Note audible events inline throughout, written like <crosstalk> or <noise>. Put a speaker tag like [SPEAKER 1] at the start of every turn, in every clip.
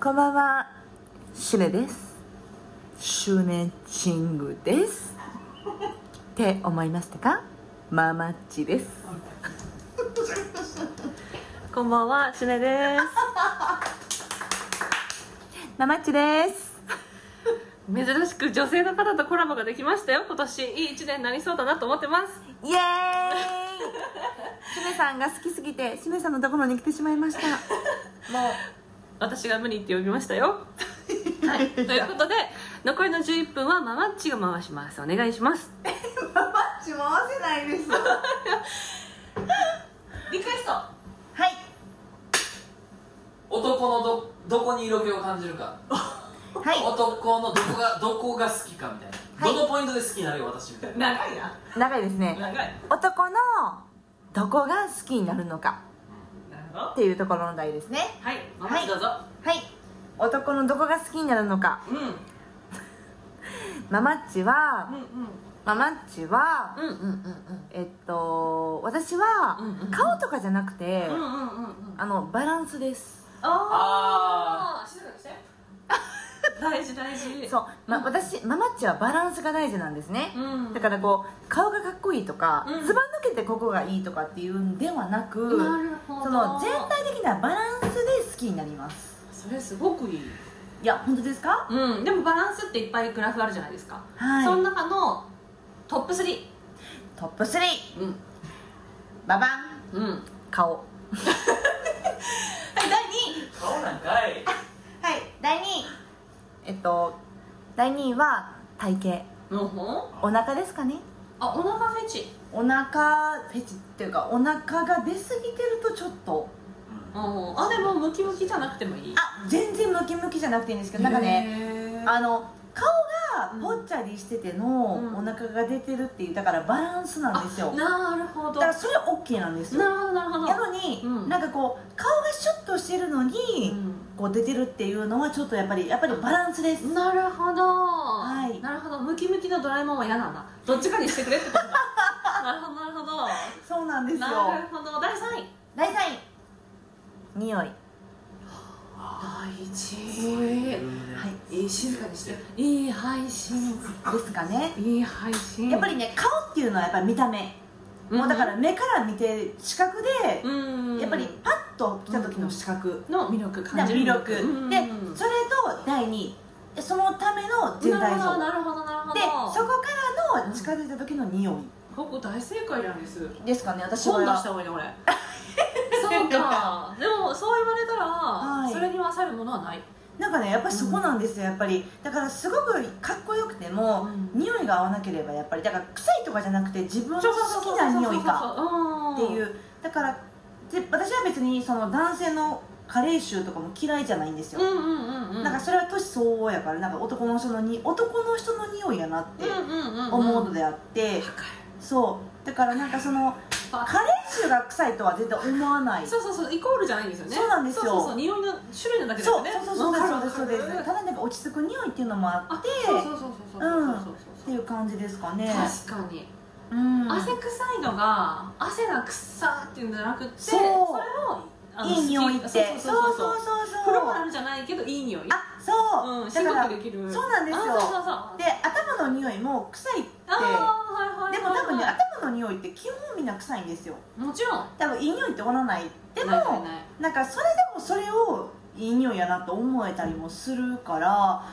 [SPEAKER 1] こんばんは、シュネです。シュネチングです。って思いましたかママッチです。
[SPEAKER 2] こんばんは、しねです。
[SPEAKER 1] ママッチです。
[SPEAKER 2] 珍しく女性の方とコラボができましたよ。今年いい一年になりそうだなと思ってます。
[SPEAKER 1] イエーイシュネさんが好きすぎて、シュネさんのところに来てしまいました。も
[SPEAKER 2] 私が無理って呼びましたよ。はい、ということで、残りの11分はママッチが回します。お願いします。
[SPEAKER 1] う、ママッチ回せないです。
[SPEAKER 2] リクエスト。
[SPEAKER 1] はい。
[SPEAKER 3] 男のどどこに色気を感じるか、
[SPEAKER 1] は
[SPEAKER 3] 男のどこがどこが好きかみたいな、
[SPEAKER 1] はい
[SPEAKER 3] どのポイントで好きになるよ私みたいな
[SPEAKER 2] 長いな。
[SPEAKER 1] い。長いですね。
[SPEAKER 2] 長い。
[SPEAKER 1] 男のどこが好きになるのか
[SPEAKER 2] なるほど
[SPEAKER 1] っ。ていうところの題ですね。
[SPEAKER 2] はい、ママッチどうぞ。
[SPEAKER 1] はい。男のどこが好きになるのか。
[SPEAKER 2] うん。
[SPEAKER 1] ママッチは、
[SPEAKER 2] うんうん。
[SPEAKER 1] ママッチは、
[SPEAKER 2] うんうんうん
[SPEAKER 1] えっと私は
[SPEAKER 2] うんうん
[SPEAKER 1] 顔とかじゃなくて、
[SPEAKER 2] うん。うんうんうんうん。
[SPEAKER 1] あのバランスです
[SPEAKER 2] ああ。静かにして。 <laughs> 大事大事。
[SPEAKER 1] そう、ま、私ママッチはバランスが大事なんですね、
[SPEAKER 2] うん。
[SPEAKER 1] だからこう顔がかっこいいとか
[SPEAKER 2] うん
[SPEAKER 1] ずば抜けてここがいいとかっていうんではなく、
[SPEAKER 2] なるほど。
[SPEAKER 1] その全体的なバランスで好きになります
[SPEAKER 2] それすごくいい。
[SPEAKER 1] いや本当ですか
[SPEAKER 2] うん、でもバランスっていっぱいグラフあるじゃないですか、
[SPEAKER 1] はい
[SPEAKER 2] その中のトップ3
[SPEAKER 1] トップ3
[SPEAKER 2] うん
[SPEAKER 1] ババン
[SPEAKER 2] うんはい
[SPEAKER 1] 顔
[SPEAKER 2] 第2位
[SPEAKER 3] 顔なんかい
[SPEAKER 1] はい第2位えっと第2位は体型
[SPEAKER 2] うんほん
[SPEAKER 1] お腹ですかね
[SPEAKER 2] あお腹フェチ
[SPEAKER 1] お腹フェチっていうかお腹が出過ぎてるとちょっと
[SPEAKER 2] うんあでもムキムキじゃなくてもいい
[SPEAKER 1] あ全然ムキムキじゃなくていいんですけどなんかね
[SPEAKER 2] ね
[SPEAKER 1] あの顔がぽっちゃりしてての、
[SPEAKER 2] うん
[SPEAKER 1] お腹が出てるっていうだからバランスなんですよだ
[SPEAKER 2] なるほど
[SPEAKER 1] か
[SPEAKER 2] な
[SPEAKER 1] ら
[SPEAKER 2] る
[SPEAKER 1] それ OK なんです
[SPEAKER 2] ほど
[SPEAKER 1] よ
[SPEAKER 2] なるほど
[SPEAKER 1] やのに、
[SPEAKER 2] うん
[SPEAKER 1] なんかこう顔がシュッとしてるのに、こう出てるっていうのはちょっとやっぱりやっぱりバランスです、
[SPEAKER 2] うんなるほど、
[SPEAKER 1] い
[SPEAKER 2] なるほどムキムキのドラえもんは嫌なんだどっちかにしてくれ
[SPEAKER 1] <laughs>
[SPEAKER 2] ってことだなるほどなるほど
[SPEAKER 1] そうなんですよ
[SPEAKER 2] なるほど第3位
[SPEAKER 1] 第3位匂い
[SPEAKER 2] 第1
[SPEAKER 1] はい
[SPEAKER 2] いい静かにしていい配信
[SPEAKER 1] ですかね
[SPEAKER 2] いい配信
[SPEAKER 1] やっぱりね顔っていうのはやっぱり見た目もうだから目から見て視覚で、
[SPEAKER 2] うん
[SPEAKER 1] やっぱりパッと来た時の視覚
[SPEAKER 2] の魅力感
[SPEAKER 1] が
[SPEAKER 2] じる
[SPEAKER 1] 魅力で
[SPEAKER 2] うん
[SPEAKER 1] それと第二位そのための全体像
[SPEAKER 2] なるほどなるほど
[SPEAKER 1] で
[SPEAKER 2] なるほど
[SPEAKER 1] そこからの近づいた時の匂い
[SPEAKER 2] ここ大正解なんです
[SPEAKER 1] ですかね私
[SPEAKER 2] 今度し
[SPEAKER 1] は
[SPEAKER 2] た方がいいなこれ
[SPEAKER 1] <laughs>
[SPEAKER 2] そうかでもそう言われたら、
[SPEAKER 1] はい
[SPEAKER 2] それに勝るものはない
[SPEAKER 1] なんかねやっぱりそこなんですよやっぱりだからすごくかっこよくても
[SPEAKER 2] うん
[SPEAKER 1] 匂いが合わなければやっぱりだから臭いとかじゃなくて自分の好きな匂いか
[SPEAKER 2] か
[SPEAKER 1] っていうだからで私は別にその男性の加齢臭とかも嫌いじゃないんですよ
[SPEAKER 2] うんうんうんうん
[SPEAKER 1] なんかそれは年相応やからなんか男の人のに男の人の匂いやなって
[SPEAKER 2] うんうんうんん
[SPEAKER 1] 思うの
[SPEAKER 2] わ
[SPEAKER 1] であって、
[SPEAKER 2] か
[SPEAKER 1] そうだからなんかその
[SPEAKER 2] わ
[SPEAKER 1] カレー臭が臭いとは絶対思わない
[SPEAKER 2] る
[SPEAKER 1] そう
[SPEAKER 2] そうそうそうイコールじゃないんですよね
[SPEAKER 1] そうなんですよ
[SPEAKER 2] そうそうそう匂いの種類なだけだ
[SPEAKER 1] そ
[SPEAKER 2] よ
[SPEAKER 1] う
[SPEAKER 2] ね
[SPEAKER 1] そうそうそうですそうです
[SPEAKER 2] わかるわかる
[SPEAKER 1] ただなんか落ち着く匂いっていうのもあ
[SPEAKER 2] あ
[SPEAKER 1] って
[SPEAKER 2] そうそうそうそうそうそう
[SPEAKER 1] うん
[SPEAKER 2] そう
[SPEAKER 1] っ
[SPEAKER 2] そ
[SPEAKER 1] ていう感じですかね
[SPEAKER 2] う確かに
[SPEAKER 1] うん
[SPEAKER 2] 汗臭いのが汗が臭っていうんじゃなくて
[SPEAKER 1] そう
[SPEAKER 2] れをあの
[SPEAKER 1] いい匂いって
[SPEAKER 2] 好き
[SPEAKER 1] そう
[SPEAKER 2] そう
[SPEAKER 1] そ
[SPEAKER 2] そううそう
[SPEAKER 1] そ
[SPEAKER 2] そうう
[SPEAKER 1] そう
[SPEAKER 2] プロパルじゃないけどいい匂い
[SPEAKER 1] あそう、
[SPEAKER 2] うん、
[SPEAKER 1] だ
[SPEAKER 2] 仕
[SPEAKER 1] から
[SPEAKER 2] 事できる
[SPEAKER 1] そうなんですよ
[SPEAKER 2] あそうそうそう
[SPEAKER 1] で頭の匂いも臭いって
[SPEAKER 2] あーはいはいはいはい
[SPEAKER 1] でも多分ね頭の匂いって基本みんな臭いんですよ
[SPEAKER 2] もちろん
[SPEAKER 1] 多分いい匂いっておらないでも
[SPEAKER 2] ないないない
[SPEAKER 1] なんかそれでもそれをいい匂いやなと思えたりもするから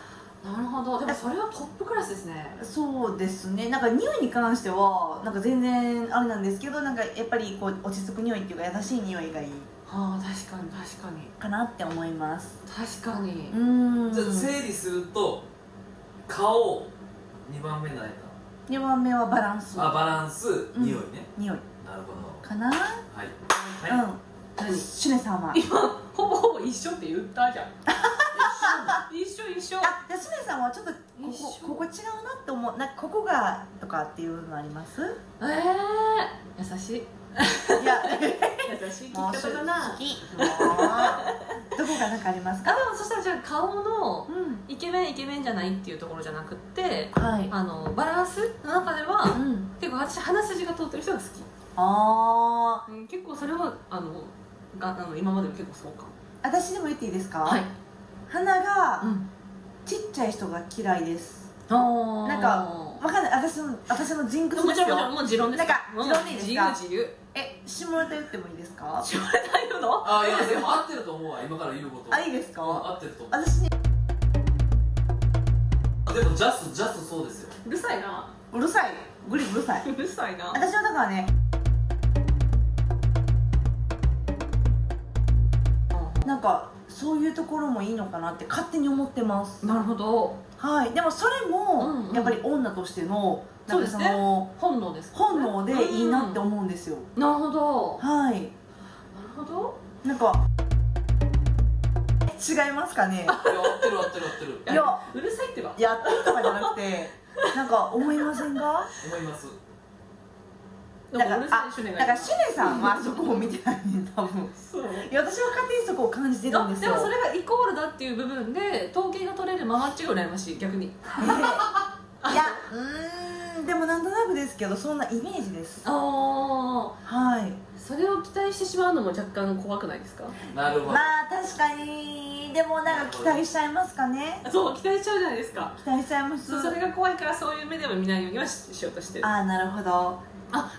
[SPEAKER 2] なるほどでもそれはトップクラスですね
[SPEAKER 1] そうですねなんか匂いに関してはなんか全然あれなんですけどなんかやっぱりこう落ち着く匂いっていうか優しい匂いがいい
[SPEAKER 2] ああ確かに確かに
[SPEAKER 1] かなって思います
[SPEAKER 2] 確かに
[SPEAKER 1] うーん
[SPEAKER 3] じゃあ整理すると顔2番目なんや
[SPEAKER 1] 2番目はバランス
[SPEAKER 3] なあバランス、
[SPEAKER 1] ん
[SPEAKER 3] 匂いね
[SPEAKER 1] 匂い
[SPEAKER 3] なるほど
[SPEAKER 1] かな、
[SPEAKER 3] はい、はい、
[SPEAKER 1] うん
[SPEAKER 2] 何
[SPEAKER 1] シュネさんは
[SPEAKER 2] ほぼほぼ一緒って言ったじゃん一緒一緒
[SPEAKER 1] <laughs> あじゃあシュネさんはちょっとこ
[SPEAKER 2] 一緒
[SPEAKER 1] こここ違うなって思うなんかここがとかっていうのあります
[SPEAKER 2] ええー、優しい
[SPEAKER 1] いや
[SPEAKER 2] 優しい聞き
[SPEAKER 1] もう
[SPEAKER 2] 方だな
[SPEAKER 1] 好きもうどこがなんかあります
[SPEAKER 2] あ
[SPEAKER 1] か
[SPEAKER 2] でもそしたらじゃあ顔の
[SPEAKER 1] うん
[SPEAKER 2] イケメンイケメンじゃないっていうところじゃなくって
[SPEAKER 1] はい
[SPEAKER 2] あのバランスの中では
[SPEAKER 1] うん
[SPEAKER 2] 結構私鼻筋が通ってる人が好
[SPEAKER 1] ああ
[SPEAKER 2] き、うん、結構それはあのがあの今までも結構そうかも
[SPEAKER 1] 私でも言っていいですか
[SPEAKER 2] はい
[SPEAKER 1] 鼻
[SPEAKER 2] う
[SPEAKER 1] が
[SPEAKER 2] ん
[SPEAKER 1] ちっちゃい人が嫌いです
[SPEAKER 2] あー
[SPEAKER 1] なんかわかんない私の私のジンクス
[SPEAKER 2] も
[SPEAKER 1] で
[SPEAKER 2] ち
[SPEAKER 1] す
[SPEAKER 2] ろんもちろん
[SPEAKER 1] よ
[SPEAKER 2] もう持論です
[SPEAKER 1] なんか持論でいいですか
[SPEAKER 2] 自由自由
[SPEAKER 1] え下ネタ言ってもいいですか
[SPEAKER 2] しょうがないの
[SPEAKER 3] あいやでも合ってると思うわ今から言うこと
[SPEAKER 1] あいいです
[SPEAKER 3] うん
[SPEAKER 1] か
[SPEAKER 3] 合ってると思
[SPEAKER 1] 私に
[SPEAKER 3] うでもジャスジャスそうですよ
[SPEAKER 2] うるさいな
[SPEAKER 1] うるさいグリうるさいう
[SPEAKER 2] るさいな
[SPEAKER 1] 私はだからねなんかそういうところもいいのかなって勝手に思ってます
[SPEAKER 2] なるほど
[SPEAKER 1] はいでもそれ
[SPEAKER 2] うん
[SPEAKER 1] も
[SPEAKER 2] うん
[SPEAKER 1] やっぱり女としてのな
[SPEAKER 2] そうん
[SPEAKER 1] か
[SPEAKER 2] です
[SPEAKER 1] そ
[SPEAKER 2] ね
[SPEAKER 1] の
[SPEAKER 2] 本能です
[SPEAKER 1] 本能でいいなって思うんですよ
[SPEAKER 2] なるほど
[SPEAKER 1] はい
[SPEAKER 2] なるほど
[SPEAKER 1] なんか違いますかね
[SPEAKER 3] いや合ってる合ってる合ってる
[SPEAKER 1] いや
[SPEAKER 2] うるさいってば
[SPEAKER 1] やってるとかじゃなくてなんか思いませんか
[SPEAKER 3] 思います
[SPEAKER 2] なんかう
[SPEAKER 1] だか
[SPEAKER 2] るさ
[SPEAKER 1] ら
[SPEAKER 2] いシュネ
[SPEAKER 1] だ
[SPEAKER 2] が
[SPEAKER 1] からシュネさんはそこを見てないね多分
[SPEAKER 2] そう
[SPEAKER 1] い <laughs> や私は勝手にそこを感じてるん
[SPEAKER 2] あ
[SPEAKER 1] です
[SPEAKER 2] で
[SPEAKER 1] よ <laughs>
[SPEAKER 2] もそれがイコールだっていう部分で統計が取れるままっちが羨ましい逆に
[SPEAKER 1] いやうーんでもなんとなくですけどそんなイメージです
[SPEAKER 2] ああ
[SPEAKER 1] はい
[SPEAKER 2] それを期待してしまうのも若干怖くないですか
[SPEAKER 3] なるほど、
[SPEAKER 1] まあ確かにでもなんか期待しちゃいますかね
[SPEAKER 2] そう期待しちゃうじゃないですか
[SPEAKER 1] 期待しちゃいます
[SPEAKER 2] そうそれが怖いからそういう目でも見ないようにはししようとしてるあ
[SPEAKER 1] ああなるほど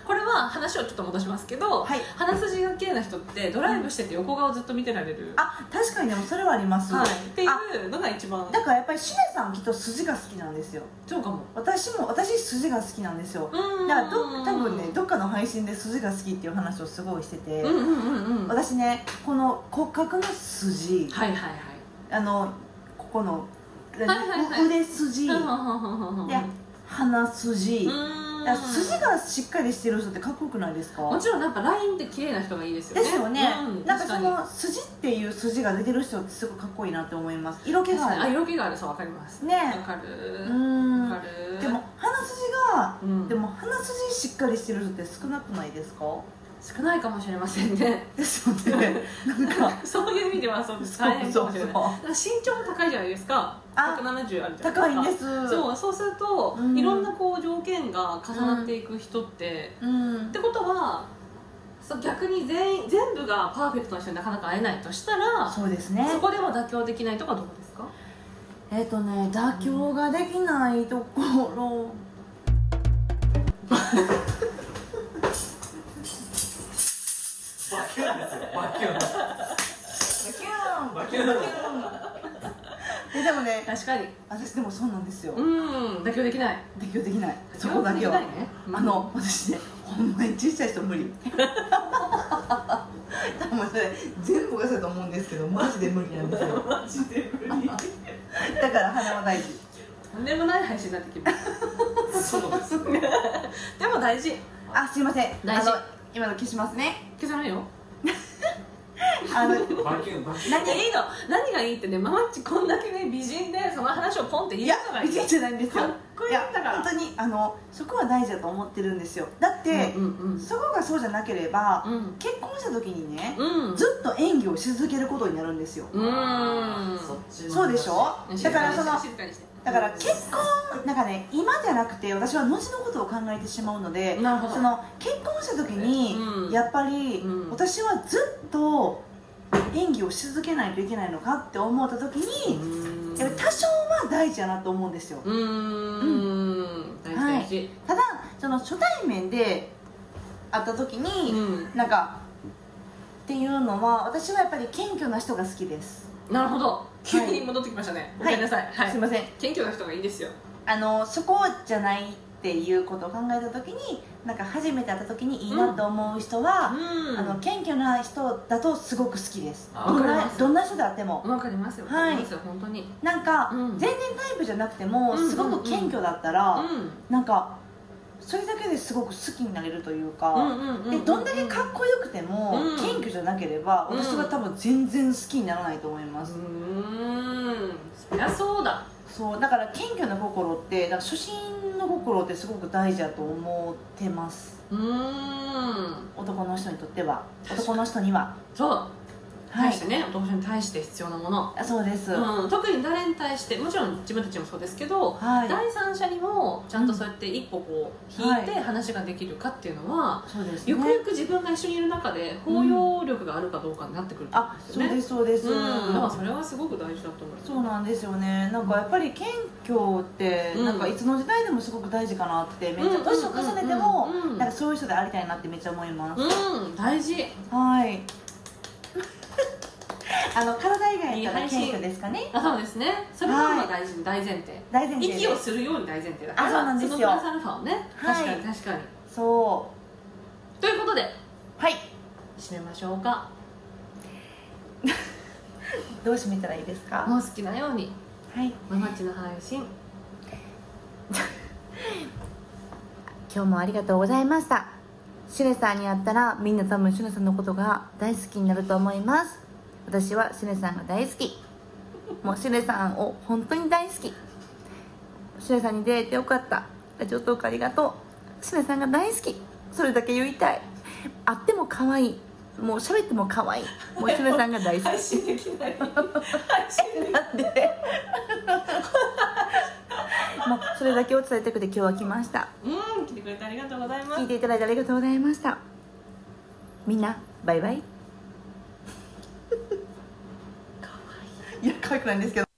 [SPEAKER 2] これは話をちょっと戻しますけど、
[SPEAKER 1] はい
[SPEAKER 2] 鼻筋が綺麗な人ってドライブしてて横顔ずっと見てられる、
[SPEAKER 1] あ確かにでもそれはあります、
[SPEAKER 2] はい、っていうのが一番
[SPEAKER 1] だからやっぱりシュネさんはきっと筋が好きなんですよ
[SPEAKER 2] そうかも
[SPEAKER 1] 私も私筋が好きなんですよ
[SPEAKER 2] うーん
[SPEAKER 1] だからど多分ねどっかの配信で筋が好きっていう話をすごいしてて、
[SPEAKER 2] うんうんうんうんはい
[SPEAKER 1] 私ねこの骨格の筋
[SPEAKER 2] はいはい
[SPEAKER 1] あのここの、
[SPEAKER 2] いはいはいう
[SPEAKER 1] 腕筋、
[SPEAKER 2] うんうんうんうん
[SPEAKER 1] で鼻筋、
[SPEAKER 2] う
[SPEAKER 1] だから
[SPEAKER 2] ーん
[SPEAKER 1] 筋がしっかりしてる人ってかっこよくないですか
[SPEAKER 2] もちろんなんかラインって綺麗な人がいいですよね
[SPEAKER 1] ですよね、
[SPEAKER 2] うん、
[SPEAKER 1] なんか
[SPEAKER 2] 確
[SPEAKER 1] そ
[SPEAKER 2] かに
[SPEAKER 1] の筋っていう筋が出てる人ってすごいかっこいいなって思います色気
[SPEAKER 2] 確
[SPEAKER 1] が
[SPEAKER 2] かにあ
[SPEAKER 1] ある
[SPEAKER 2] 色気があるそうわかります
[SPEAKER 1] ね
[SPEAKER 2] わか
[SPEAKER 1] う
[SPEAKER 2] るわ
[SPEAKER 1] ー
[SPEAKER 2] か
[SPEAKER 1] ん
[SPEAKER 2] る
[SPEAKER 1] でも鼻筋が、
[SPEAKER 2] うん
[SPEAKER 1] でも鼻筋しっかりしてる人って少なくないです
[SPEAKER 2] <laughs>
[SPEAKER 1] か
[SPEAKER 2] 少ないかもしれませんね
[SPEAKER 1] ですよね <laughs> なんか
[SPEAKER 2] そういう意味ではそうです <laughs> 大変かもしれない
[SPEAKER 1] そうそうそう
[SPEAKER 2] だから身長も高いじゃないですか
[SPEAKER 1] あ
[SPEAKER 2] 170あるじゃな
[SPEAKER 1] 高い
[SPEAKER 2] い
[SPEAKER 1] んで
[SPEAKER 2] ですか
[SPEAKER 1] す
[SPEAKER 2] そうそうすると、
[SPEAKER 1] うん
[SPEAKER 2] いろんなこう条件が重なっていく人って、
[SPEAKER 1] うん
[SPEAKER 2] ってことはそう逆に全員全部がパーフェクトな人になかなか会えないとしたらそ,、
[SPEAKER 1] そうですね
[SPEAKER 2] こでも妥協できないとかどうですか
[SPEAKER 1] えっ、とね妥協ができないところ、
[SPEAKER 3] バキュンですよバキュン
[SPEAKER 1] キュン
[SPEAKER 3] バキュン
[SPEAKER 1] えでもね
[SPEAKER 2] 確かに
[SPEAKER 1] 私でもそうなんですよ
[SPEAKER 2] うん妥協できない
[SPEAKER 1] 妥協できないそこだけは
[SPEAKER 2] 妥協できないね
[SPEAKER 1] あの私ねほんまに小さい人無理多分それ全部がそうだと思うんですけどマジで無理なんです <laughs> よ
[SPEAKER 2] マジで無理
[SPEAKER 1] だから鼻は大事
[SPEAKER 2] とんでもない配信になってきます
[SPEAKER 3] そうですね
[SPEAKER 2] <laughs> でも大事
[SPEAKER 1] あすいません
[SPEAKER 2] 大事
[SPEAKER 1] あの今の消しますね
[SPEAKER 2] 消さないよ
[SPEAKER 1] あ <laughs> の
[SPEAKER 3] バキュンバキュン
[SPEAKER 2] 何がいいの何がいいってねママっちこんだけね美人でその話をポンって
[SPEAKER 1] い
[SPEAKER 2] 言
[SPEAKER 1] や
[SPEAKER 2] うのがいい
[SPEAKER 1] 別にじゃないんですよ
[SPEAKER 2] かっこいいんだから
[SPEAKER 1] や本当にあのそこは大事だと思ってるんですよだって、
[SPEAKER 2] うんうん
[SPEAKER 1] そこがそうじゃなければ、
[SPEAKER 2] うん
[SPEAKER 1] 結婚した時にね、
[SPEAKER 2] うんうん
[SPEAKER 1] ずっと演技をし続けることになるんですよ、
[SPEAKER 2] うん
[SPEAKER 3] そっちの話
[SPEAKER 1] そうでしょだからその
[SPEAKER 2] 静かにして
[SPEAKER 1] だから結婚なんかね今じゃなくて私は後のことを考えてしまうので
[SPEAKER 2] なるほど
[SPEAKER 1] その結婚した時に、
[SPEAKER 2] うん
[SPEAKER 1] やっぱり、
[SPEAKER 2] うん
[SPEAKER 1] 私はずっと演技をし続けないといけないのかって思った時
[SPEAKER 2] う
[SPEAKER 1] に、
[SPEAKER 2] ん
[SPEAKER 1] やっぱり多少は大事だなと思うんですよ、
[SPEAKER 2] うん大事大事
[SPEAKER 1] ただその初対面で会った時に、
[SPEAKER 2] うん
[SPEAKER 1] なんかっていうのは私はやっぱり謙虚な人が好きです、
[SPEAKER 2] なるほど急に戻ってきましたねごめんなさいは
[SPEAKER 1] すい
[SPEAKER 2] い
[SPEAKER 1] ません
[SPEAKER 2] 謙虚な人がいいですよ
[SPEAKER 1] あのそこじゃないっていうことを考えた時になんか初めて会った時にいいなと思う人は、
[SPEAKER 2] うん
[SPEAKER 1] あの謙虚な人だとすごく好きです
[SPEAKER 3] あ
[SPEAKER 1] どん
[SPEAKER 2] わかり
[SPEAKER 1] な
[SPEAKER 2] ます
[SPEAKER 1] どんな人であっても、
[SPEAKER 2] わかりますよ
[SPEAKER 1] はい
[SPEAKER 2] わかりますよ本当に
[SPEAKER 1] なんか、
[SPEAKER 2] うん
[SPEAKER 1] 全然タイプじゃなくても
[SPEAKER 2] うんうんうん
[SPEAKER 1] すごく謙虚だったら、
[SPEAKER 2] う
[SPEAKER 1] なんかそれだけですごく好きになれるというか、
[SPEAKER 2] んうんうん
[SPEAKER 1] でどんだけかっこよくても、
[SPEAKER 2] うん
[SPEAKER 1] 謙虚じゃなければ
[SPEAKER 2] うん
[SPEAKER 1] 私は多分全然好きにならないと思いま
[SPEAKER 2] う
[SPEAKER 1] す、
[SPEAKER 2] ーんそりゃそうだ
[SPEAKER 1] そうだから謙虚な心ってだから初心の心ってすごく大事だと思ってます
[SPEAKER 2] うーん
[SPEAKER 1] 男の人にとっては
[SPEAKER 2] 確かに
[SPEAKER 1] 男の人には
[SPEAKER 2] そう
[SPEAKER 4] はい
[SPEAKER 2] 対してね、男性に対して必要なもの、
[SPEAKER 4] あそうです、
[SPEAKER 2] うん、特に誰に対してもちろん自分たちもそうですけど、
[SPEAKER 4] はい
[SPEAKER 2] 第三者にもちゃんとそうやって一歩こう引いて
[SPEAKER 4] は
[SPEAKER 2] 話ができるかっていうのは、
[SPEAKER 4] そうですね
[SPEAKER 2] ゆくゆく自分が一緒にいる中で包容力があるかどうかになってくると思
[SPEAKER 4] あ
[SPEAKER 2] んです
[SPEAKER 4] そう
[SPEAKER 2] よ
[SPEAKER 4] で
[SPEAKER 2] ね
[SPEAKER 4] すそうです、
[SPEAKER 2] うん、だからそれはすごく大事だと思います
[SPEAKER 4] そうなんですよねなんかやっぱり謙虚って
[SPEAKER 2] うん
[SPEAKER 4] なんかいつの時代でもすごく大事かなってめっちゃ
[SPEAKER 2] うん
[SPEAKER 4] 年を重ねても
[SPEAKER 2] うんうん
[SPEAKER 4] なんかそういう人でありたいなってめっちゃ思います、
[SPEAKER 2] うん大事
[SPEAKER 4] はい <laughs> あの体以外やった
[SPEAKER 2] い
[SPEAKER 4] ら
[SPEAKER 2] い配信
[SPEAKER 4] 謙虚ですかね
[SPEAKER 2] あそうですねそれはまあ大事、大前提
[SPEAKER 4] 大前提で
[SPEAKER 2] 息をするように大前提だから
[SPEAKER 4] あそうなんですよ
[SPEAKER 2] のプラスアルファをね、
[SPEAKER 4] はい
[SPEAKER 2] 確かに確かに
[SPEAKER 4] そ
[SPEAKER 2] ということで
[SPEAKER 4] うはい
[SPEAKER 2] 締めましょうか
[SPEAKER 4] どう締めたらいいですか
[SPEAKER 2] もう好きなように
[SPEAKER 4] はい
[SPEAKER 2] ママッチの配信
[SPEAKER 1] 今日もありがとうございましたシュネさんに会ったらみんな多分シュネさんのことが大好きになると思います私はシュネさんが大好きもうシュネさんを本当に大好きシュネさんに出会えてよかったラジオトークありがとうシュネさんが大好きそれだけ言いたい会っても可愛いもう喋っても可愛いもうシュネさんが大好き
[SPEAKER 2] 配信できない
[SPEAKER 1] なんで
[SPEAKER 4] <laughs>
[SPEAKER 1] まあそれだけを伝えたくて今日は来ました
[SPEAKER 2] うん来てくれてありがとうございます
[SPEAKER 1] 聞いていただいてありがとうございましたみんなバイバイ
[SPEAKER 4] いや可愛くないんですけど